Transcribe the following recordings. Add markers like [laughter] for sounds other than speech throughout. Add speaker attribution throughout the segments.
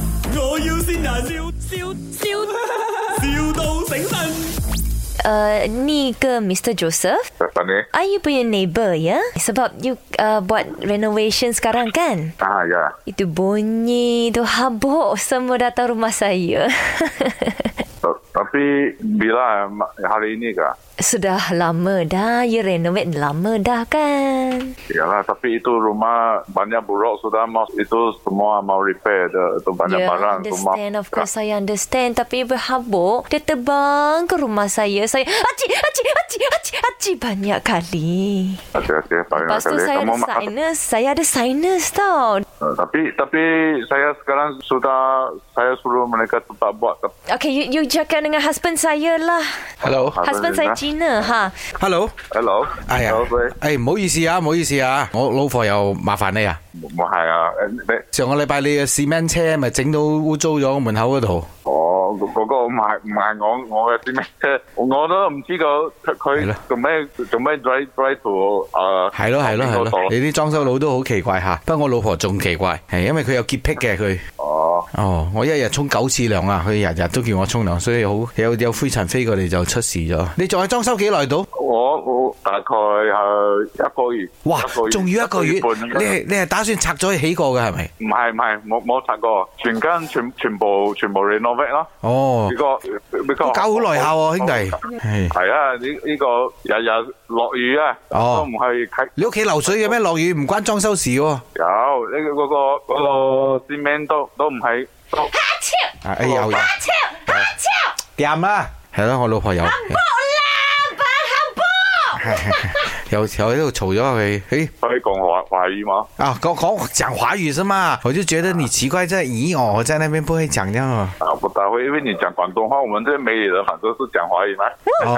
Speaker 1: 要先人，笑笑笑，,笑到醒神。
Speaker 2: Uh, ni ke Mr. Joseph?
Speaker 3: Sana
Speaker 2: Are you punya neighbour ya? Sebab you uh, buat renovation sekarang kan?
Speaker 3: Ah ya
Speaker 2: Itu bunyi, tu habuk semua datang rumah saya. [laughs]
Speaker 3: Ta- Tapi bila ma- hari ini kah
Speaker 2: Sudah lama dah, you renovate lama dah kan?
Speaker 3: Yalah tapi itu rumah banyak buruk sudah mau itu semua mau repair ada itu banyak barang semua
Speaker 2: understand. Of course, saya understand. Tapi ibu habuk, dia terbang ke rumah saya. Saya, aci, aci, aci, aci, aci. Banyak kali.
Speaker 3: Asyik-asyik paling
Speaker 2: Lepas tu
Speaker 3: kali
Speaker 2: saya ada
Speaker 3: kamu ma-
Speaker 2: sinus. Saya ada sinus tau.
Speaker 3: Eh, tapi tapi saya sekarang sudah saya suruh mereka tetap buat Tep-
Speaker 2: Okay, you, you cakap dengan husband saya lah.
Speaker 4: Hello，
Speaker 2: husband
Speaker 3: 你
Speaker 2: saya
Speaker 3: 呢
Speaker 2: Cina, ha.
Speaker 4: Hello，
Speaker 3: hello
Speaker 4: 哎呀
Speaker 3: hello，喂，
Speaker 4: 哎唔好意思啊，唔好意思啊，我老婆又麻煩你啊。
Speaker 3: 冇係啊誒你
Speaker 4: 上個禮拜你嘅 cement 車咪整到污糟咗門口嗰度，
Speaker 3: 我嗰嗰個唔係唔係我我嘅 [laughs] 啲咩車，我都唔知佢佢
Speaker 4: 係
Speaker 3: 佢
Speaker 4: 咯
Speaker 3: 做咩做咩 drive drive to 誒
Speaker 4: 係咯係咯係
Speaker 3: 邊個
Speaker 4: 咯，
Speaker 3: 度
Speaker 4: 你啲裝修佬都好奇怪嚇，不過我老婆仲奇怪，係因為佢有潔癖嘅佢。
Speaker 3: 哦
Speaker 4: 哦，我一日沖九次涼啊，佢日日都叫我沖涼，所以好有有灰塵飛過嚟就出事咗。你仲係裝修幾耐到？
Speaker 3: 我我大概係一個月，
Speaker 4: 哇
Speaker 3: 個，月
Speaker 4: 仲要一個月，你
Speaker 3: 半咁樣
Speaker 4: 係你係打算拆咗去起過嘅係咪？
Speaker 3: 唔係唔係，冇冇拆過，全間全全部全部 renovate 咯。
Speaker 4: 哦
Speaker 3: 呢、，個呢、個
Speaker 4: 都搞好耐下喎，兄弟。係
Speaker 3: 係啊，呢呢、個日日落雨啊，
Speaker 4: 哦
Speaker 3: 都唔係睇
Speaker 4: 你屋企漏水嘅咩？落雨唔關裝修事喎。
Speaker 3: 有呢、個嗰、個嗰、個 cement 都都唔係都
Speaker 4: 啊哎呀，掂啦，係咯，我老婆有。有有喺度嘈咗佢，诶
Speaker 3: 可以講華華語嘛？
Speaker 4: 啊，講講講華語是嘛？我就覺得你奇怪在，咦哦，我在那邊不會講這樣哦。
Speaker 3: 啊，不大會，因為你講廣東話，我們這邊美女人反正是講華語嘛。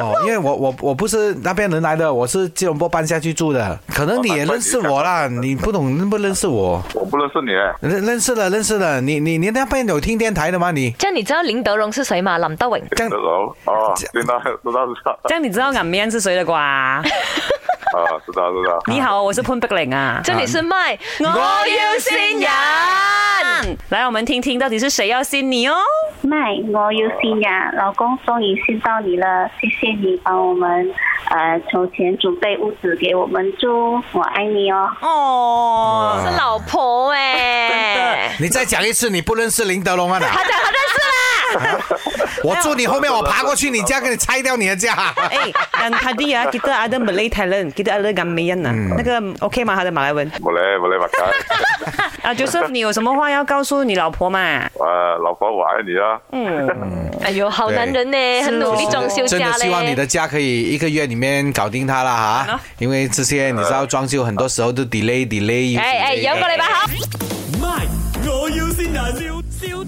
Speaker 4: 哦，因為我我我不是那邊人來的，我是吉隆坡搬下去住的，可能你也認識我啦，你不懂認不認識我？
Speaker 3: 我不認識你，
Speaker 4: 認認識了，認識了。你你你那邊有聽電台的嗎？你
Speaker 2: 这样你知道林德荣是谁吗？林德荣。
Speaker 4: 這樣
Speaker 3: 老哦，知道知道知道，
Speaker 5: [laughs] 这样你知道俺面是谁了 [laughs] 啩？
Speaker 3: 啊，知道知道。
Speaker 5: 你好，我是潘碧玲 [laughs] 啊。
Speaker 2: 这里是麦，我
Speaker 5: 人。来，我们听听到底是谁要先你哦。
Speaker 6: 麦，我有新呀，老公终于见到你了，谢谢你帮我们呃筹钱准备屋子给我们住，我爱你哦。
Speaker 5: 哦，
Speaker 2: 是老婆哎、
Speaker 4: 你再講一次，你不認識林德龍啊？
Speaker 2: 他讲他认识啦。
Speaker 4: 我坐你後面，我爬過去你家，跟你拆掉你的家。
Speaker 5: [laughs] 哎，但他的啊，kita ada Malay talent，kita ada 俺妹人啊，那个 OK 吗？他的马来文
Speaker 3: 冇不冇不解。
Speaker 5: 啊，Joseph，你有什么话要告诉你老婆嘛？
Speaker 3: 啊，老婆我愛你啊！
Speaker 5: 嗯，
Speaker 2: 哎呦，好男人呢、很努力装修
Speaker 4: 哦真
Speaker 2: 家
Speaker 4: 的希望你
Speaker 2: 嘞。
Speaker 4: 的家可以一个月里面搞定它啦哈，因为这些你知道装修很多时候都 delay delay。
Speaker 2: 哎哎，有个礼拜好。
Speaker 1: 咪，我要先人，笑笑笑，,